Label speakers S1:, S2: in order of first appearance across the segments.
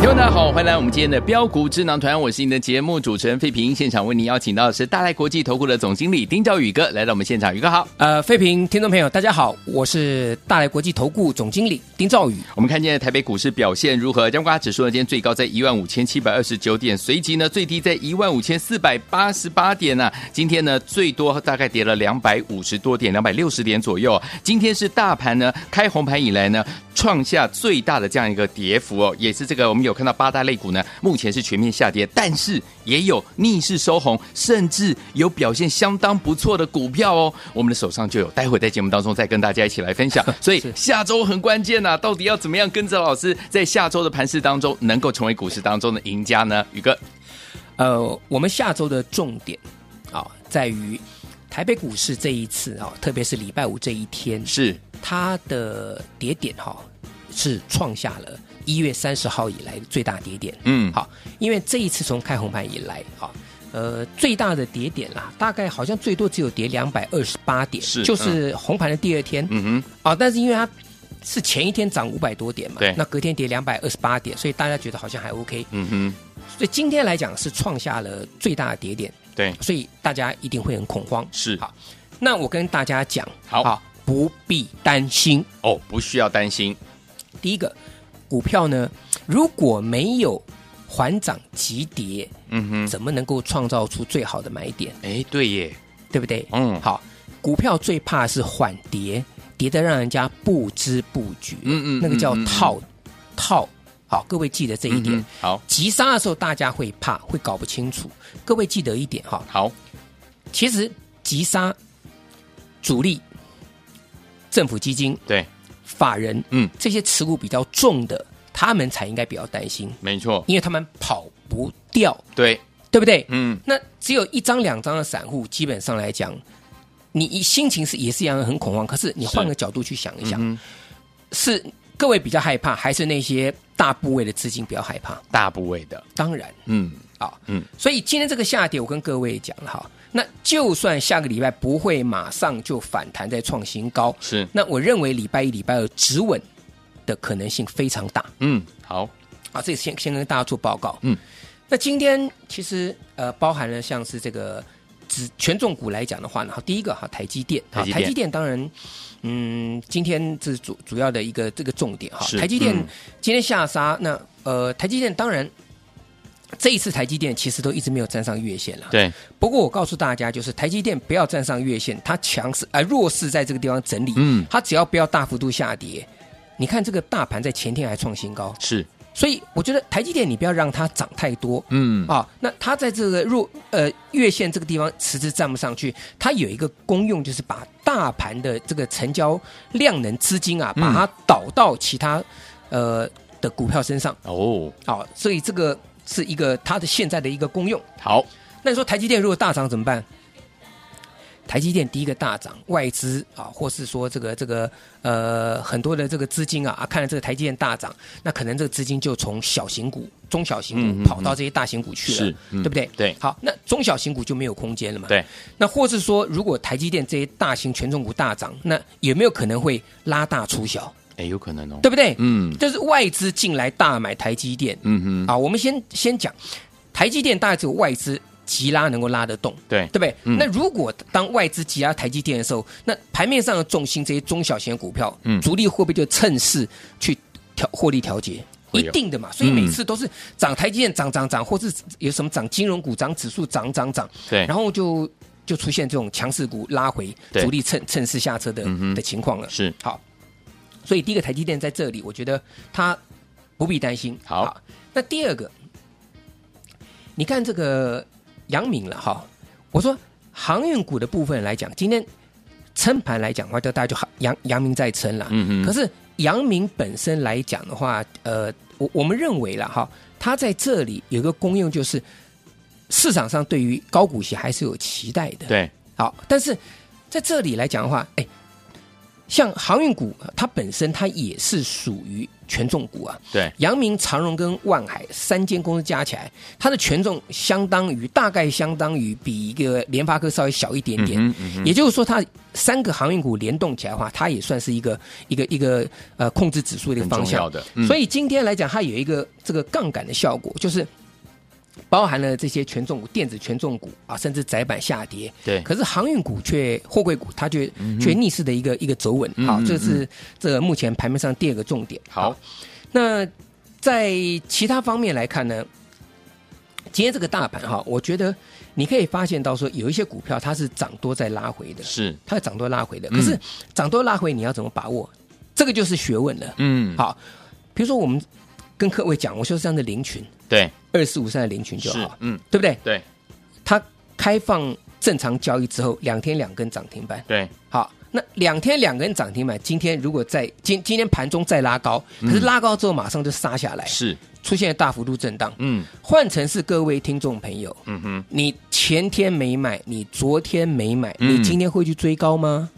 S1: 听众大家好，欢迎来我们今天的标股智囊团，我是你的节目主持人费平。现场为您邀请到的是大来国际投顾的总经理丁兆宇哥来到我们现场，宇哥好。
S2: 呃，废评听众朋友，大家好，我是大来国际投顾总经理丁兆宇。
S1: 我们看见台北股市表现如何？加权指数呢，今天最高在15,729点，随即呢最低在15,488点呢、今天呢最多大概跌了250多点，260点左右。今天是大盘呢开红盘以来呢创下最大的这样一个跌幅哦，也是这个我们有看到八大类股呢目前是全面下跌，但是也有逆势收红，甚至有表现相当不错的股票哦。我们的手上就有，待会在节目当中再跟大家一起来分 享。所以下周很关键呐、啊到底要怎么样跟着老师在下周的盘市当中能够成为股市当中的赢家呢？宇哥，
S2: 呃，我们下周的重点啊、在于台北股市这一次啊、特别是礼拜五这一天，
S1: 是
S2: 它的跌点哈、是创下了一月三十号以来的最大跌点。
S1: 嗯
S2: 好，因为这一次从开红盘以来啊、呃，最大的跌点啦，大概好像最多只有跌两百二十八点，
S1: 是
S2: 就是红盘的第二天。
S1: 嗯哼，
S2: 啊，但是因为它是前一天涨五百多点嘛，
S1: 对
S2: 那隔天跌两百二十八点，所以大家觉得好像还 OK，
S1: 嗯哼，
S2: 所以今天来讲是创下了最大的跌点，
S1: 对，
S2: 所以大家一定会很恐慌。
S1: 是
S2: 好，那我跟大家讲，啊
S1: 好
S2: 不必担心。
S1: 哦，不需要担心，
S2: 第一个，股票呢如果没有缓涨急跌，
S1: 嗯哼，
S2: 怎么能够创造出最好的买点？
S1: 哎，对耶，
S2: 对不对？
S1: 嗯
S2: 好，股票最怕是缓跌，跌得让人家不知不觉，
S1: 嗯嗯嗯
S2: 那个叫
S1: 嗯嗯
S2: 套套。好，各位记得这一点。
S1: 嗯哼好，
S2: 急杀的时候，大家会怕，会搞不清楚。各位记得一点哈，
S1: 好，
S2: 其实急杀、主力、政府基金、
S1: 对，
S2: 法人，
S1: 嗯，
S2: 这些持股比较重的，他们才应该比较担心，
S1: 没错，
S2: 因为他们跑不掉，
S1: 对，
S2: 对不对？
S1: 嗯，
S2: 那只有一张两张的散户，基本上来讲，你一心情是也是一样很恐慌。可是你换个角度去想一想，
S1: 嗯哼
S2: 是各位比较害怕，还是那些大部位的资金比较害怕？
S1: 大部位的，
S2: 当然
S1: 嗯，
S2: 啊，
S1: 嗯，
S2: 所以今天这个下跌，我跟各位讲了哈，那就算下个礼拜不会马上就反弹再创新高，
S1: 是，
S2: 那我认为礼拜一、礼拜二止稳的可能性非常大。
S1: 嗯，好，
S2: 啊，这先先跟大家做报告。
S1: 嗯，
S2: 那今天其实呃包含了像是这个指权重股来讲的话呢，好，第一个哈台积电，
S1: 台
S2: 好
S1: 积电
S2: 台积电当然。嗯，今天这是主主要的一个这个重点哈
S1: 是，
S2: 台积电
S1: 嗯
S2: 今天下杀，那呃，台积电当然这一次台积电其实都一直没有站上月线了，
S1: 对，
S2: 不过我告诉大家，就是台积电不要站上月线，它强势啊、弱势在这个地方整理，
S1: 嗯
S2: 它只要不要大幅度下跌，你看这个大盘在前天还创新高，
S1: 是，
S2: 所以我觉得台积电你不要让它涨太多。
S1: 嗯，
S2: 啊，那它在这个弱呃月线这个地方迟迟站不上去，它有一个功用，就是把大盘的这个成交量能资金啊，把它导到其他呃的股票身上
S1: 哦，
S2: 啊，所以这个是一个它的现在的一个功用。
S1: 好，
S2: 那你说台积电如果大涨怎么办？台积电第一个大涨，外资啊，或是说这个这个呃很多的这个资金啊啊，看了这个台积电大涨，那可能这个资金就从小型股、中小型
S1: 嗯嗯
S2: 股跑到这些大型股去了，
S1: 是嗯
S2: 对不对？
S1: 对
S2: 好，那中小型股就没有空间了嘛？
S1: 对。
S2: 那或是说，如果台积电这些大型权重股大涨，那有没有可能会拉大出小，
S1: 哎，有可能哦，
S2: 对，不对？
S1: 嗯，
S2: 就是外资进来大买台积电，
S1: 嗯哼，
S2: 啊，我们先先讲台积电，大概只有外资急拉能够拉得动，
S1: 对
S2: 对不对？
S1: 嗯
S2: 那如果当外资急拉台积电的时候，那盘面上的重心这些中小型的股票，
S1: 嗯
S2: 主力会不会就趁势去调获利调节？
S1: 会
S2: 一
S1: 有嗯
S2: 定的嘛，所以每次都是涨台积电涨涨涨，或是有什么涨金融股涨指数涨涨涨，
S1: 对，
S2: 然后就就出现这种强势股拉回，
S1: 哎对
S2: 主力趁趁势下车的、
S1: 嗯哼
S2: 的情况了。
S1: 是
S2: 好，所以第一个台积电在这里，我觉得它不必担心。
S1: 好，
S2: 那第二个，你看这个杨敏了哈，我说航运股的部分来讲，今天撑盘来讲的话，就大家就杨杨明在撑了。
S1: 嗯
S2: 可
S1: 哼，
S2: 是阳明本身来讲的话，呃，我我们认为了哈，它在这里有一个功用，就是市场上对于高股息还是有期待的。，
S1: 对，
S2: 好，但是在这里来讲的话，哎，像航运股它本身它也是属于权重股啊。
S1: 对，
S2: 阳明、长荣跟万海三间公司加起来，它的权重相当于大概相当于比一个联发科稍微小一点点。
S1: 嗯哼嗯哼
S2: 也就是说，它三个航运股联动起来的话，它也算是一个一个一个呃控制指数的一个
S1: 很
S2: 方
S1: 重要
S2: 向。
S1: 的，嗯
S2: 所以今天来讲，它有一个这个杠杆的效果，就是包含了这些权重股、电子权重股啊，甚至窄板下跌。
S1: 对，
S2: 可是航运股却货柜股，它却却逆势的一个一个走稳。
S1: 嗯
S2: 好，
S1: 嗯
S2: 这是这个目前盘面上第二个重点。
S1: 好，
S2: 那在其他方面来看呢，今天这个大盘哈，我觉得你可以发现到说，有一些股票它是涨多再拉回的，
S1: 是，
S2: 它涨多拉回的。
S1: 嗯
S2: 可是涨多拉回你要怎么把握？这个就是学问了。
S1: 嗯，
S2: 好，比如说我们跟各位讲，我说这样的零群
S1: 对，
S2: 二四五三的零群就是好，，
S1: 嗯，
S2: 对不对？
S1: 对，
S2: 它开放正常交易之后，两天两根涨停板。
S1: 对，
S2: 好，那两天两根涨停板，今天如果在今今天盘中再拉高，可是拉高之后马上就杀下来，
S1: 嗯是，
S2: 出现了大幅度震荡。
S1: 嗯，
S2: 换成是各位听众朋友，
S1: 嗯哼，
S2: 你前天没买，你昨天没买，
S1: 嗯
S2: 你今天会去追高吗？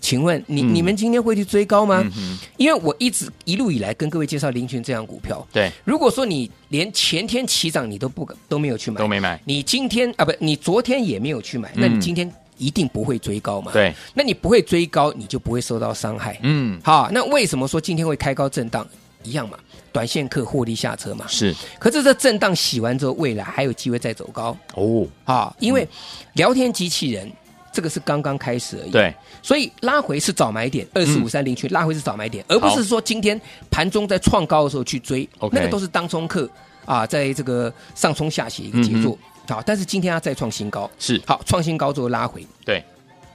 S2: 请问你、
S1: 嗯
S2: 你们今天会去追高吗？
S1: 嗯哼，
S2: 因为我一直一路以来跟各位介绍林群这样股票，
S1: 对，
S2: 如果说你连前天起涨你都不都没有去买
S1: 都，没买，
S2: 你今天啊不，你昨天也没有去买，那你今天一定不会追高
S1: 嗯
S2: 嘛？
S1: 对，
S2: 那你不会追高，你就不会受到伤害。
S1: 嗯，
S2: 好，那为什么说今天会开高震荡？一样嘛，短线客获利下车嘛。
S1: 是，
S2: 可是这震荡洗完之后，未来还有机会再走高
S1: 哦，
S2: 啊，因为聊天机器人这个是刚刚开始而已。，
S1: 对，
S2: 所以拉回是早买
S1: 嗯
S2: 点，二四五三零去拉回是早买点，而不
S1: 好
S2: 是说今天盘中在创高的时候去追
S1: OK
S2: 那个都是当冲客啊，在这个上冲下斜一个杰
S1: 嗯
S2: 作。好，但是今天它再创新高，
S1: 是，
S2: 好，创新高之后拉回，
S1: 对，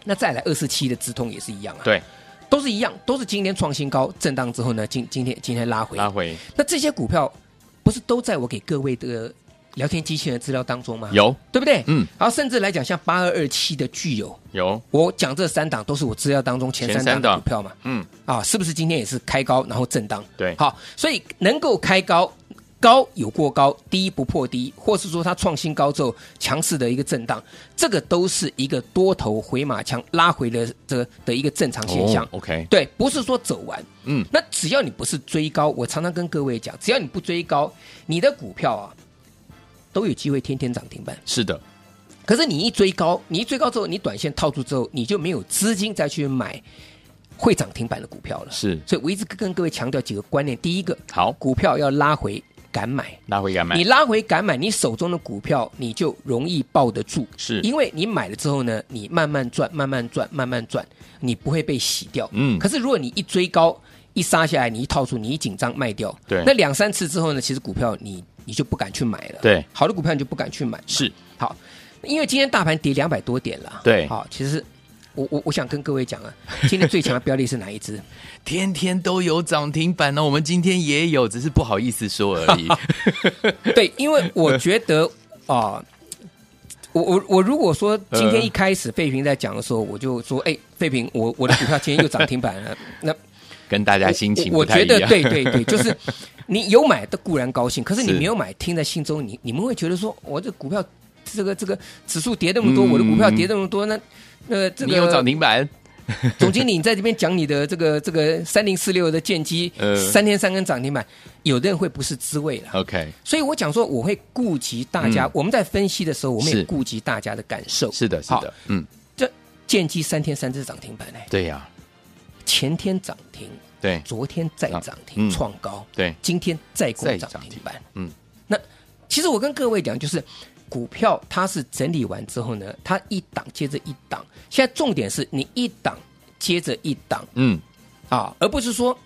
S2: 那再来二四七的直通也是一样啊，
S1: 对，
S2: 都是一样，都是今天创新高震荡之后呢，今今天今天拉回，
S1: 拉回
S2: 那这些股票不是都在我给各位的聊天机器人的资料当中吗？，
S1: 有，
S2: 对不对？
S1: 嗯，
S2: 然后甚至来讲，像八二二七的具有，
S1: 有，
S2: 我讲这三档都是我资料当中前
S1: 前
S2: 三
S1: 三
S2: 档
S1: 档
S2: 的股票嘛，
S1: 嗯，
S2: 啊，是不是今天也是开高然后震荡？
S1: 对
S2: 好，所以能够开高。高有过高，低不破低，或是说它创新高之后强势的一个震荡，这个都是一个多头回马枪拉回的这的一个正常现象。
S1: 哦，OK，
S2: 对，不是说走完，
S1: 嗯，
S2: 那只要你不是追高，我常常跟各位讲，只要你不追高，啊你的股票啊都有机会天天涨停板。
S1: 是的，
S2: 可是你一追高，你一追高之后，你短线套住之后，你就没有资金再去买会涨停板的股票了。
S1: 是，
S2: 所以我一直跟各位强调几个观念：第一个，
S1: 好，
S2: 股票要拉回敢买，
S1: 拉回敢买
S2: 你，拉回敢买，你手中的股票你就容易抱得住，
S1: 是
S2: 因为你买了之后呢，你慢慢赚，慢慢赚，慢慢赚，你不会被洗掉。
S1: 嗯
S2: 可是如果你一追高，一杀下来，你一套住，你一紧张卖掉，
S1: 对
S2: 那两三次之后呢，其实股票你你就不敢去买了，
S1: 对，
S2: 好的股票你就不敢去买，
S1: 是，
S2: 好，因为今天大盘跌两百多点了，
S1: 对
S2: 好，其实我我我想跟各位讲啊，今天最强的标的是哪一只？
S1: 天天都有涨停板呢，我们今天也有，只是不好意思说而 已。
S2: 对，因为我觉得啊、我我我如果说今天一开始费平在讲的时候，我就说，哎，费平，我我的股票今天又涨 停板了，那
S1: 跟大家心情
S2: 我
S1: 不
S2: 我
S1: 太
S2: 觉
S1: 一
S2: 得
S1: 样。
S2: 对对对， 就是你有买的固然高兴，可是你
S1: 是
S2: 没有买，听在心中，你你们会觉得说，我这股票这个这个指数跌那么多，我的股票跌那么多，那那这个
S1: 你有涨停板，
S2: 总经理，你在这边讲你的这个这个三零四六的剑机，
S1: 呃
S2: 三天三根涨停板，有的人会不是滋味了。
S1: OK，
S2: 所以我讲说，我会顾及大家，
S1: 嗯
S2: 我们在分析的时候，我们
S1: 是
S2: 也顾及大家的感受。
S1: 是的，是
S2: 好
S1: 的，嗯，
S2: 这剑机三天三只涨停板哎，
S1: 对呀、
S2: 前天涨停，
S1: 对，
S2: 昨天再涨
S1: 嗯
S2: 停创高，
S1: 对，
S2: 今天再攻
S1: 再
S2: 涨
S1: 涨
S2: 停板。
S1: 嗯，
S2: 那其实我跟各位讲，就是股票它是整理完之后呢，它一档接着一档，现在重点是你一档接着一档。
S1: 嗯，
S2: 啊，而不是说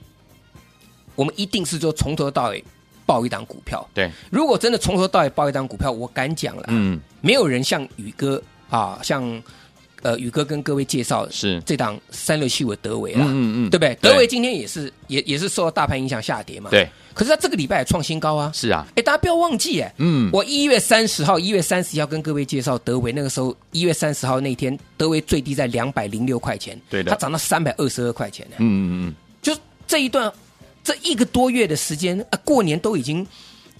S2: 我们一定是说从头到尾报一档股票。
S1: 对，
S2: 如果真的从头到尾报一档股票，我敢讲了，
S1: 嗯，
S2: 没有人像宇哥啊，像呃宇哥跟各位介绍
S1: 是
S2: 这档三六七五的德维啦，
S1: 嗯嗯嗯
S2: 对不对？
S1: 对
S2: 德维今天也是也也是受到大盘影响下跌嘛，
S1: 对。
S2: 可是它这个礼拜也创新高啊，
S1: 是啊，
S2: 哎，大家不要忘记，哎，
S1: 嗯
S2: 我一月三十号、一月三十一号跟各位介绍德维，那个时候一月三十号那天，德维最低在两百零六块钱，
S1: 对的
S2: 它涨到三百二十二块钱呢。
S1: 嗯嗯
S2: 就这一段这一个多月的时间啊，过年都已经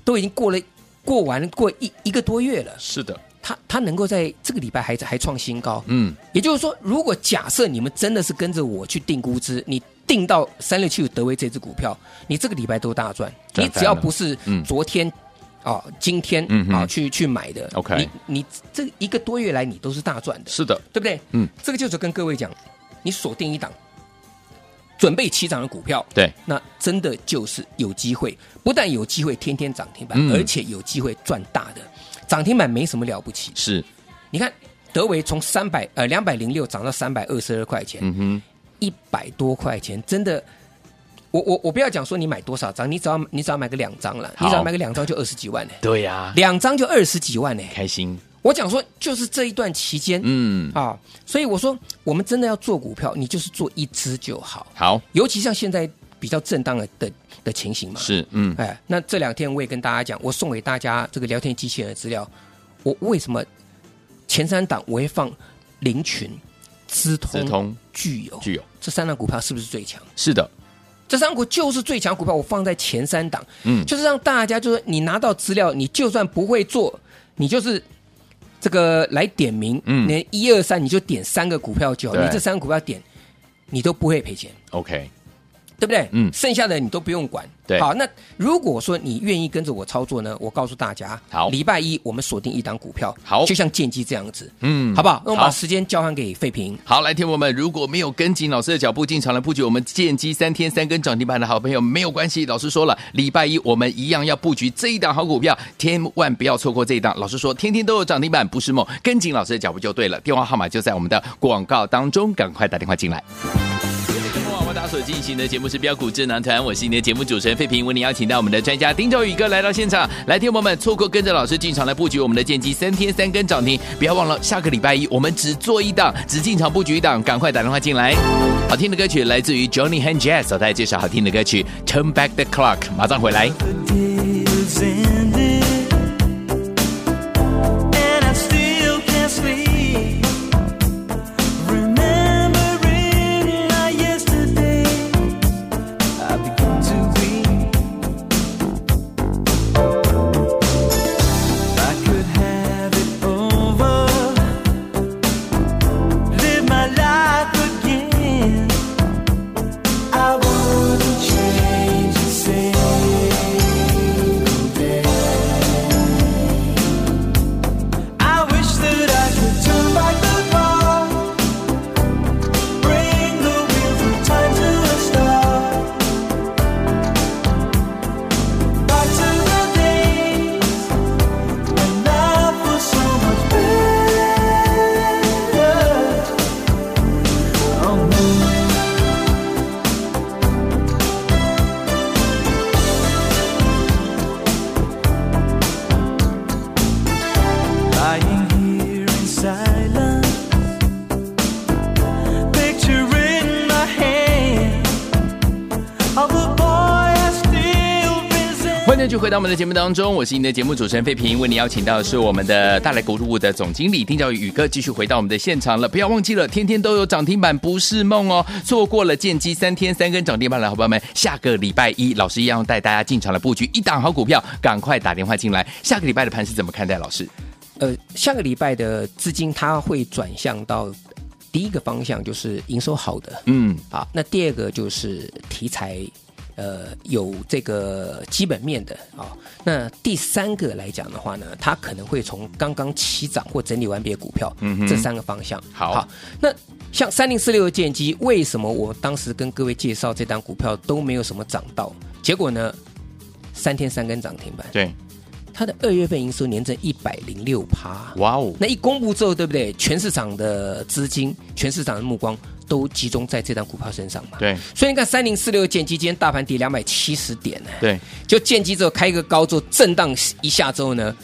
S2: 都已经过了过完过一一个多月了
S1: 嗯，，是的，
S2: 它它能够在这个礼拜还还创新高，
S1: 嗯，
S2: 也就是说，如果假设你们真的是跟着我去定估值，你定到三六七五德威这只股票，你这个礼拜都大赚。
S1: 赚翻
S2: 你
S1: 了
S2: 只要不是
S1: 嗯
S2: 昨天、哦，今天
S1: 嗯哼
S2: 啊、去去买的
S1: OK
S2: 你你这一个多月来你都是大赚的，
S1: 是的，
S2: 对不对？
S1: 嗯，
S2: 这个就是跟各位讲，你锁定一档准备起涨的股票，
S1: 对，
S2: 那真的就是有机会，不但有机会天天涨停板，
S1: 嗯
S2: 而且有机会赚大的。涨停板没什么了不起，
S1: 是，
S2: 你看德维从三百呃两百零六涨到三百二十二块钱，
S1: 嗯哼，
S2: 一百、多块钱，真的。我我我不要讲说你买多少张，你只要你只要买个两张了，
S1: 好
S2: 你只要买个两张就二十几万呢、
S1: 对呀、
S2: 两张就二十几万呢、
S1: 开心，
S2: 我讲说就是这一段期间、
S1: 嗯，
S2: 啊，所以我说我们真的要做股票，你就是做一只就好，
S1: 好，
S2: 尤其像现在比较震荡的的的情形嘛，
S1: 是，嗯，
S2: 哎，那这两天我也跟大家讲，我送给大家这个聊天机器人的资料，我为什么前三档我会放林群、资通、
S1: 直通
S2: 具有
S1: 具有，
S2: 这三档股票是不是最强？
S1: 是的，
S2: 这三股就是最强股票，我放在前三档，
S1: 嗯，
S2: 就是让大家就是你拿到资料，你就算不会做，你就是这个来点名，
S1: 嗯
S2: 你一二三你就点三个股票就好，
S1: 对
S2: 你这三个股票点，你都不会赔钱。
S1: OK，
S2: 对不对？
S1: 嗯
S2: 剩下的你都不用管。
S1: 对
S2: 好，那如果说你愿意跟着我操作呢，我告诉大家，
S1: 好
S2: 礼拜一我们锁定一档股票，
S1: 好
S2: 就像剑机这样子，
S1: 嗯
S2: 好不好？那我们把
S1: 好
S2: 时间交还给费平。
S1: 好，来，听我们，如果没有跟紧老师的脚步进场来布局我们剑机三天三根涨停板的好朋友，没有关系。老师说了，礼拜一我们一样要布局这一档好股票，千万不要错过这一档。老师说，天天都有涨停板不是梦，跟紧老师的脚步就对了。电话号码就在我们的广告当中，赶快打电话进来。我们打所进行的节目是标股智囊团，我是你的节目主持人费平，为你邀请到我们的专家丁兆宇哥来到现场。来，听友们，错过跟着老师进场来布局我们的剑机三天三根涨停，不要忘了下个礼拜一我们只做一档，只进场布局一档，赶快打电话进来。好听的歌曲来自于 Johnny Han Jazz，所带来介绍好听的歌曲《Turn Back the Clock》，马上回来。
S3: Is ended, and I still can't sleep. Remembering our yesterday, I begin to weep. If I could have it over, live my life again. I wouldn't change a single thing. I wish that I could turn back the clock, bring the wheel from time to a stop, back to the days when life was so much better. Oh no. Lying here in silence, picture in my hand of a boy I still visit.
S1: 欢迎继续回到我们的节目当中，我是您的节目主持人费平，为您邀请到的是我们的大来国度的总经理丁兆宇宇哥，继续回到我们的现场了。不要忘记了，天天都有涨停板不是梦哦！错过了剑机三天三根涨停板的好朋友们，下个礼拜一老师一样带大家进场来布局一档好股票，赶快打电话进来。下个礼拜的盘是怎么看待？老师
S2: 呃，下个礼拜的资金它会转向到第一个方向就是营收好的，
S1: 嗯，
S2: 好，那第二个就是题材，呃，有这个基本面的啊、那第三个来讲的话呢，它可能会从刚刚起涨或整理完毕的股票，
S1: 嗯哼
S2: 这三个方向。
S1: 好
S2: 那像三零四六的剑机，为什么我当时跟各位介绍这档股票都没有什么涨到？结果呢，三天三根涨停板，
S1: 对，
S2: 它的二月份营收年增一百零六趴，
S1: 哇哦，
S2: 那一公布之后，对不对？全市场的资金、全市场的目光都集中在这张股票身上嘛。
S1: 对
S2: 所以你看，三零四六剑基今天大盘跌两百七十点呢、
S1: 对，
S2: 就剑基之后开一个高之后震荡一下之后呢，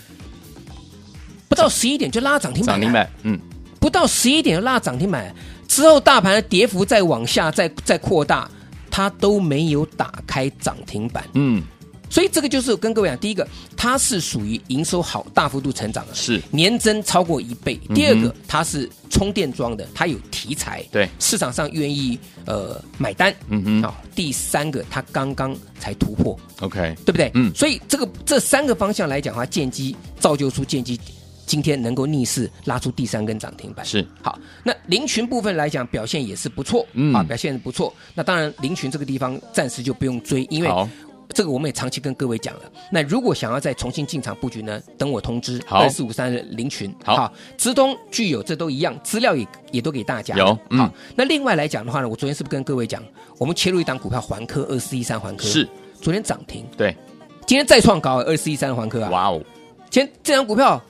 S2: 不到十一点就拉涨停板、
S1: 涨停。板，嗯，
S2: 不到十一点就拉涨停板，之后大盘的跌幅再往下再再扩大，它都没有打开涨停板。
S1: 嗯，
S2: 所以这个就是我跟各位讲，第一个，它是属于营收好、大幅度成长的，
S1: 是
S2: 年增超过一倍；第二
S1: 嗯
S2: 个，它是充电桩的，它有题材，
S1: 对
S2: 市场上愿意呃买单，
S1: 嗯哼
S2: 好，第三个，它刚刚才突破，
S1: ，OK，
S2: 对不对？
S1: 嗯
S2: 所以这个这三个方向来讲的话，建机造就出建机今天能够逆势拉出第三根涨停板。
S1: 是
S2: 好，那林群部分来讲表现也是不错，
S1: 嗯
S2: 啊，表现不错。那当然，林群这个地方暂时就不用追，因为
S1: 好
S2: 这个我们也长期跟各位讲了。那如果想要再重新进场布局呢，等我通知。
S1: 好
S2: 二四五三的林群，
S1: 好，
S2: 资东、具有这都一样，资料也也都给大家了
S1: 有嗯
S2: 好，那另外来讲的话呢，我昨天是不是跟各位讲，我们切入一档股票环科二四一三环科
S1: 是，
S2: 昨天涨停，
S1: 对，
S2: 今天再创高二四一三环科啊，
S1: 哇哦，
S2: 今天这张股票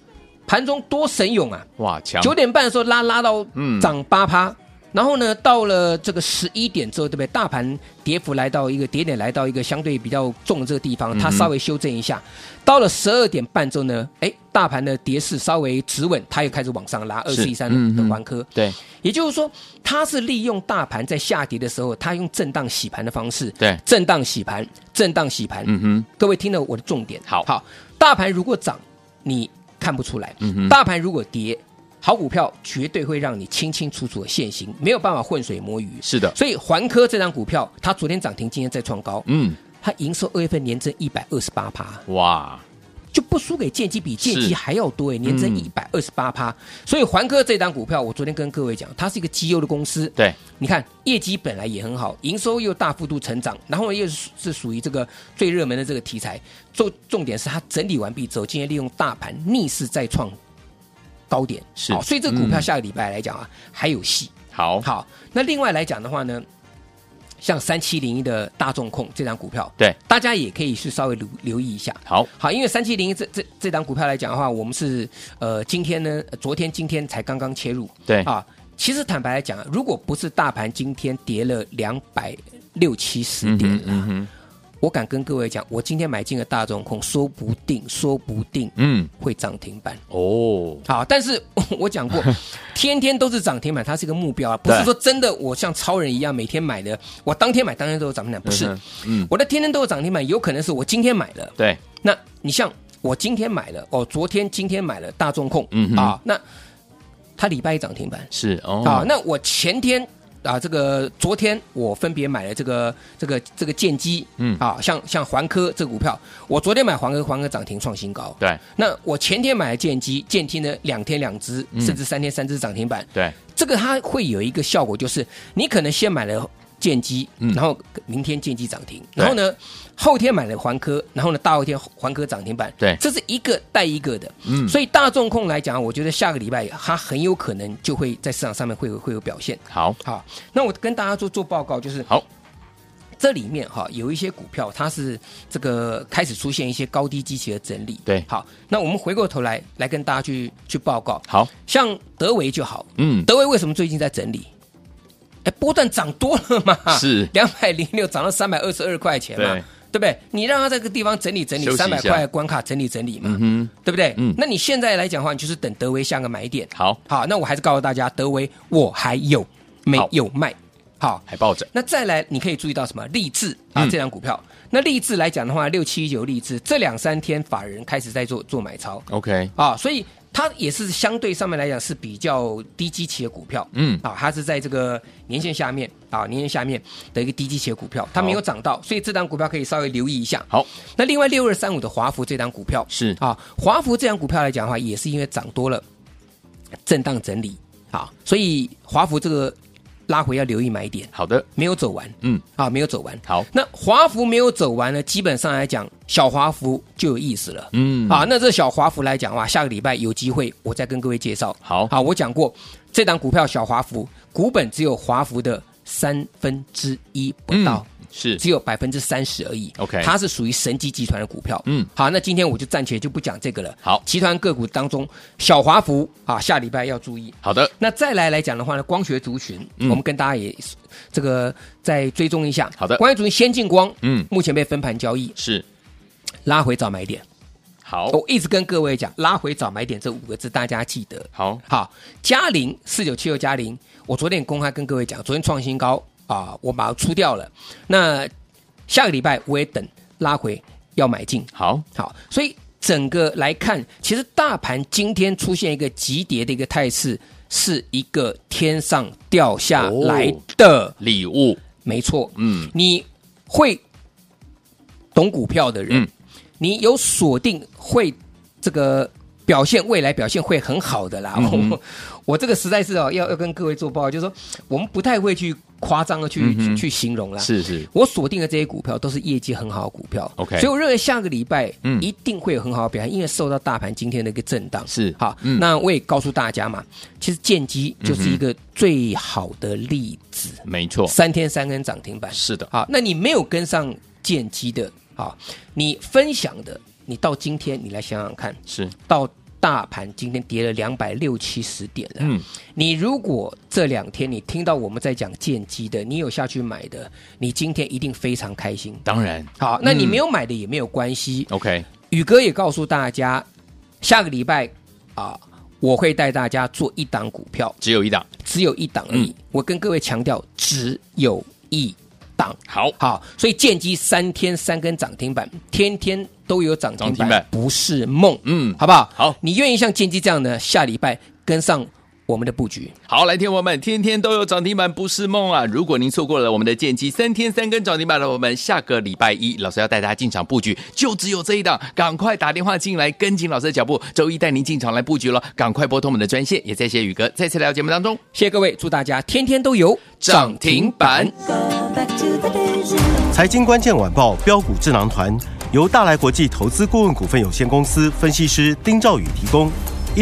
S2: 盘中多神勇啊，
S1: 哇强，
S2: 九点半的时候拉拉到
S1: 嗯
S2: 涨八趴，然后呢，到了这个十一点之后，对不对？大盘跌幅来到一个跌点，来到一个相对比较重的这个地方，它
S1: 嗯哼
S2: 稍微修正一下。到了十二点半之后呢，哎，大盘的跌势稍微止稳，它又开始往上拉二
S1: 是
S2: 四一三
S1: 嗯
S2: 的
S1: 哼
S2: 环科。
S1: 对，
S2: 也就是说，它是利用大盘在下跌的时候，它用震荡洗盘的方式，
S1: 对
S2: 震荡洗盘，震荡洗盘，
S1: 嗯哼，
S2: 各位听了我的重点，
S1: 好
S2: 好，大盘如果涨，你看不出来；
S1: 嗯哼
S2: 大盘如果跌，好股票绝对会让你清清楚楚的现形，没有办法浑水摸鱼。
S1: 是的，
S2: 所以环科这张股票，它昨天涨停，今天再创高，
S1: 嗯，
S2: 它营收二月份年增一百二十八趴，
S1: 哇，
S2: 就不输给建机，比建
S1: 是
S2: 机还要多哎，年增
S1: 嗯
S2: 一百二十八趴。所以环科这张股票，我昨天跟各位讲，它是一个绩优的公司，
S1: 对，
S2: 你看业绩本来也很好，营收又大幅度成长，然后又是是属于这个最热门的这个题材。重重点是它整理完毕之后，今天利用大盘逆势再创高点，
S1: 是
S2: 好所以这个股票
S1: 嗯
S2: 下个礼拜来讲啊、还有戏。
S1: 好，
S2: 好，那另外来讲的话呢，像三七零一的大众控这张股票，
S1: 对，
S2: 大家也可以去稍微留留意一下。
S1: 好，
S2: 好，因为三七零这这这档股票来讲的话，我们是呃今天呢，呃昨天今天才刚刚切入，
S1: 对
S2: 啊。其实坦白来讲，啊如果不是大盘今天跌了两百六七十
S1: 嗯
S2: 点
S1: 哼
S2: 啊，
S1: 嗯哼，
S2: 我敢跟各位讲，我今天买进了大众控，说不定说不定
S1: 嗯，
S2: 会涨停板。
S1: 哦，
S2: 好，但是我 讲过，天天都是涨停板，它是一个目标啊，不是
S1: 对
S2: 说真的我像超人一样每天买的，我当天买当天都有涨停板，不是
S1: 嗯哼，嗯，
S2: 我的天天都有涨停板，有可能是我今天买的，
S1: 对，
S2: 那你像我今天买了，哦，昨天今天买了大众控，
S1: 嗯哼
S2: 啊，那它礼拜一涨停板、
S1: 是哦，
S2: 啊，那我前天啊，这个昨天我分别买了这个这个这个剑机，
S1: 嗯
S2: 啊，像像环科这个股票，我昨天买环科，环科涨停创新高，
S1: 对
S2: 那我前天买了剑机，剑机呢两天两只，
S1: 嗯
S2: 甚至三天三只涨停板，
S1: 对，
S2: 这个它会有一个效果，就是你可能先买了剑机，
S1: 嗯
S2: 然后明天剑机涨停，
S1: 对
S2: 然后呢后天买了环科，然后呢大后天环科涨停板，
S1: 对
S2: 这是一个带一个的。
S1: 嗯，
S2: 所以大众控来讲，我觉得下个礼拜它很有可能就会在市场上面会有会有表现。
S1: 好，
S2: 好，那我跟大家做做报告，就是
S1: 好，
S2: 这里面哈有一些股票，它是这个开始出现一些高低基期的整理。
S1: 对
S2: 好，那我们回过头来来跟大家去去报告，
S1: 好，
S2: 像德维就好，
S1: 嗯，
S2: 德威为什么最近在整理？哎，波段涨多了嘛，
S1: 是
S2: 两百零六涨到三百二十二块钱嘛，
S1: 对
S2: 对不对？你让它这个地方整理整理，
S1: 休息
S2: 三
S1: 一下
S2: 百块关卡整理整理嘛，
S1: 嗯
S2: 对不对？
S1: 嗯
S2: 那你现在来讲的话，你就是等德威下个买点。
S1: 哼，好，
S2: 好，那我还是告诉大家，德威我还有没有卖？好，
S1: 还抱着，
S2: 那再来，你可以注意到什么？励志啊，
S1: 嗯
S2: 这张股票。那励志来讲的话，六七一九励志这两三天法人开始在做做买超，
S1: OK，
S2: 啊，所以它也是相对上面来讲是比较低基期的股票，
S1: 嗯
S2: 啊，它是在这个年线下面啊，年线下面的一个低基期的股票，它没有涨到，所以这档股票可以稍微留意一下。
S1: 好，
S2: 那另外六二三五的华孚这档股票
S1: 是
S2: 啊，华孚这档股票来讲的话，也是因为涨多了，震荡整理啊，所以华孚这个拉回要留意买点，
S1: 好的，
S2: 没有走完
S1: 嗯，
S2: 啊，没有走完。
S1: 好，
S2: 那华孚没有走完呢，基本上来讲，小华孚就有意思了。
S1: 嗯，
S2: 啊，那这小华孚来讲哇，下个礼拜有机会我再跟各位介绍。
S1: 好
S2: 好，我讲过这档股票小华孚，股本只有华孚的三分之一不
S1: 嗯，
S2: 到。
S1: 是，
S2: 只有百分之三十而已。
S1: OK
S2: 它是属于神机集团的股票。
S1: 嗯
S2: 好，那今天我就暂且就不讲这个了。
S1: 好
S2: 集团个股当中，小华孚啊，下礼拜要注意。
S1: 好的，
S2: 那再来来讲的话呢，光学族群，
S1: 嗯
S2: 我们跟大家也这个再追踪一下。
S1: 好的
S2: 光学族群先进光，
S1: 嗯
S2: 目前被分盘交易，
S1: 是，
S2: 拉回找买点。
S1: 好
S2: 我一直跟各位讲，拉回早买点这五个字，大家记得。
S1: 好
S2: 好，嘉陵四九七六嘉陵，我昨天公开跟各位讲，昨天创新高啊，我把它出掉了。那下个礼拜我也等拉回要买进。
S1: 好，
S2: 好，所以整个来看，其实大盘今天出现一个急跌的一个态势，是一个天上掉下来的，
S1: 礼物，
S2: 没错。
S1: 嗯，
S2: 你会懂股票的人，
S1: 嗯
S2: 你有锁定会这个表现，未来表现会很好的啦。
S1: 嗯
S2: 我 我这个实在是哦，要要跟各位做报告，就是说我们不太会去夸张的去、
S1: 嗯哼
S2: 去形容啦。
S1: 是是，
S2: 我锁定的这些股票都是业绩很好的股票
S1: OK
S2: 所以我认为下个礼拜
S1: 嗯
S2: 一定会有很好的表现，因为受到大盘今天的一个震荡
S1: 是
S2: 好。
S1: 嗯
S2: 那我也告诉大家嘛，其实剑机就是一个最好的例子，
S1: 没错，
S2: 三天三根涨停板。
S1: 是的，
S2: 好，那你没有跟上剑机的，好，你分享的，你到今天你来想想看，
S1: 是，
S2: 到大盘今天跌了两百六七十点了，
S1: 嗯，
S2: 你如果这两天你听到我们在讲剑机的，你有下去买的，你今天一定非常开心。
S1: 当然
S2: 好，那你
S1: 嗯
S2: 没有买的也没有关系。
S1: ，OK，
S2: 宇哥也告诉大家，下个礼拜啊，我会带大家做一档股票，
S1: 只有一档，
S2: 只有一档而已。
S1: 嗯
S2: 我跟各位强调，只有一档。
S1: 好，
S2: 好，所以剑机三天三根涨停板，天天都有涨停板，
S1: 涨停板
S2: 不是梦，
S1: 嗯
S2: 好不好？
S1: 好
S2: 你愿意像剑机这样呢？下礼拜跟上我们的布局。
S1: 好，来，天王们，天天都有涨停板不是梦啊！如果您错过了我们的剑机三天三根涨停板的，我们下个礼拜一老师要带大家进场布局，就只有这一档，赶快打电话进来跟紧老师的脚步，周一带您进场来布局了，赶快拨通我们的专线，也谢谢宇哥再次来到节目当中。
S2: 谢谢各位，祝大家天天都有
S1: 涨停板。
S4: Go back to the days in
S5: 财经关键晚报标股智囊团由大来国际投资顾问股份有限公司分析师丁兆宇提供。一